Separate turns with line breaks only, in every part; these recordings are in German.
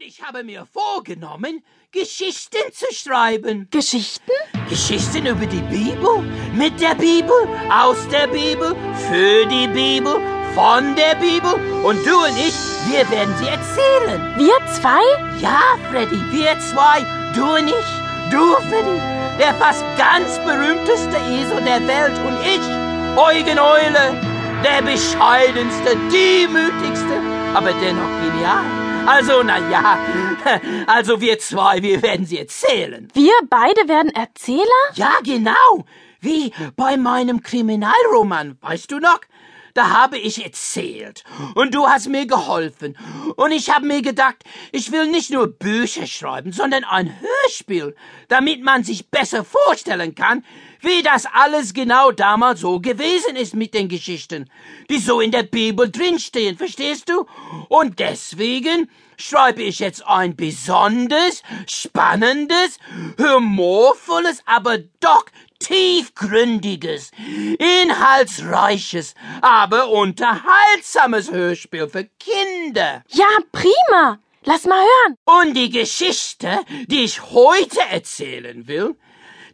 ich habe mir vorgenommen, Geschichten zu schreiben.
Geschichten?
Geschichten über die Bibel, mit der Bibel, aus der Bibel, für die Bibel, von der Bibel. Und du und ich, wir werden sie erzählen.
Wir zwei?
Ja, Freddy, wir zwei, du und ich, du, Freddy, der fast ganz berühmteste ESO der Welt und ich, Eugen Eule, der bescheidenste, demütigste, aber dennoch genial. Also, na ja, also wir zwei, wir werden sie erzählen.
Wir beide werden Erzähler?
Ja, genau. Wie bei meinem Kriminalroman, weißt du noch? Da habe ich erzählt. Und du hast mir geholfen. Und ich habe mir gedacht, ich will nicht nur Bücher schreiben, sondern ein Hörspiel, damit man sich besser vorstellen kann, wie das alles genau damals so gewesen ist mit den Geschichten, die so in der Bibel drinstehen, verstehst du? Und deswegen schreibe ich jetzt ein besonders spannendes, humorvolles, aber doch tiefgründiges, inhaltsreiches, aber unterhaltsames Hörspiel für Kinder.
Ja, prima. Lass mal hören.
Und die Geschichte, die ich heute erzählen will,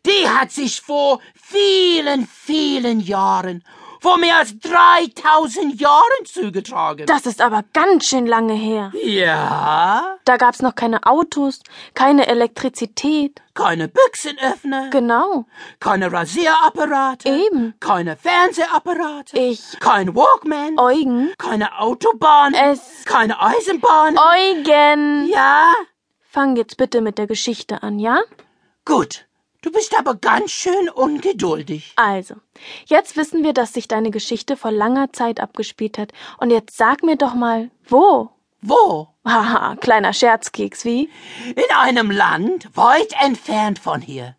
die hat sich vor vielen, vielen Jahren, vor mehr als 3000 Jahren zugetragen.
Das ist aber ganz schön lange her.
Ja,
Da gab's noch keine Autos, keine Elektrizität.
keine Büchsenöffner,
Genau.
keine Rasierapparate,
Eben.
keine Fernsehapparate,
Ich.
kein Walkman,
Eugen.
keine Autobahn,
Es. Oh.
keine Eisenbahn.
Eugen.
Ja,
Fang jetzt bitte mit der Geschichte an, ja?
gut. Du bist aber ganz schön ungeduldig.
Also, jetzt wissen wir, dass sich deine Geschichte vor langer Zeit abgespielt hat. Und jetzt sag mir doch mal, wo?
Wo?
Haha, kleiner Scherzkeks, wie?
In einem Land weit entfernt von hier.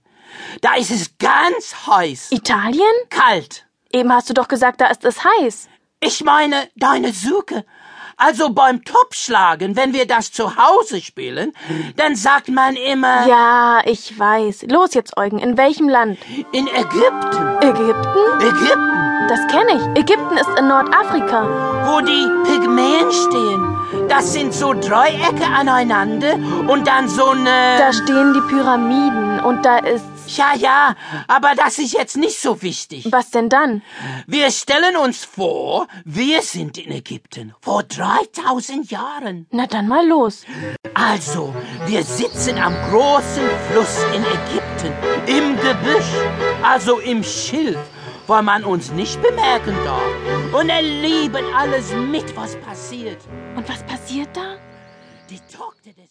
Da ist es ganz heiß,
Italien?
kalt.
Eben hast du doch gesagt, da ist es heiß.
Ich meine, deine Suche. Also beim Topfschlagen, wenn wir das zu Hause spielen, dann sagt man immer
Ja, ich weiß. Los jetzt, Eugen, in welchem Land?
in Ägypten.
Ägypten?
Ägypten,
Das kenne ich. Ägypten ist in Nordafrika.
wo die Pygmäen stehen. Das sind so Dreiecke aneinander und dann so eine...
Da stehen die Pyramiden und da ist.
ja, ja, aber das ist jetzt nicht so wichtig.
Was denn dann?
Wir stellen uns vor, wir sind in Ägypten vor 3000 Jahren.
Na dann mal los.
Also, wir sitzen am großen Fluss in Ägypten, im Gebüsch, also im Schilf, weil man uns nicht bemerken darf. Und erleben alles mit, was passiert.
Und was passiert da?
Die Tochter des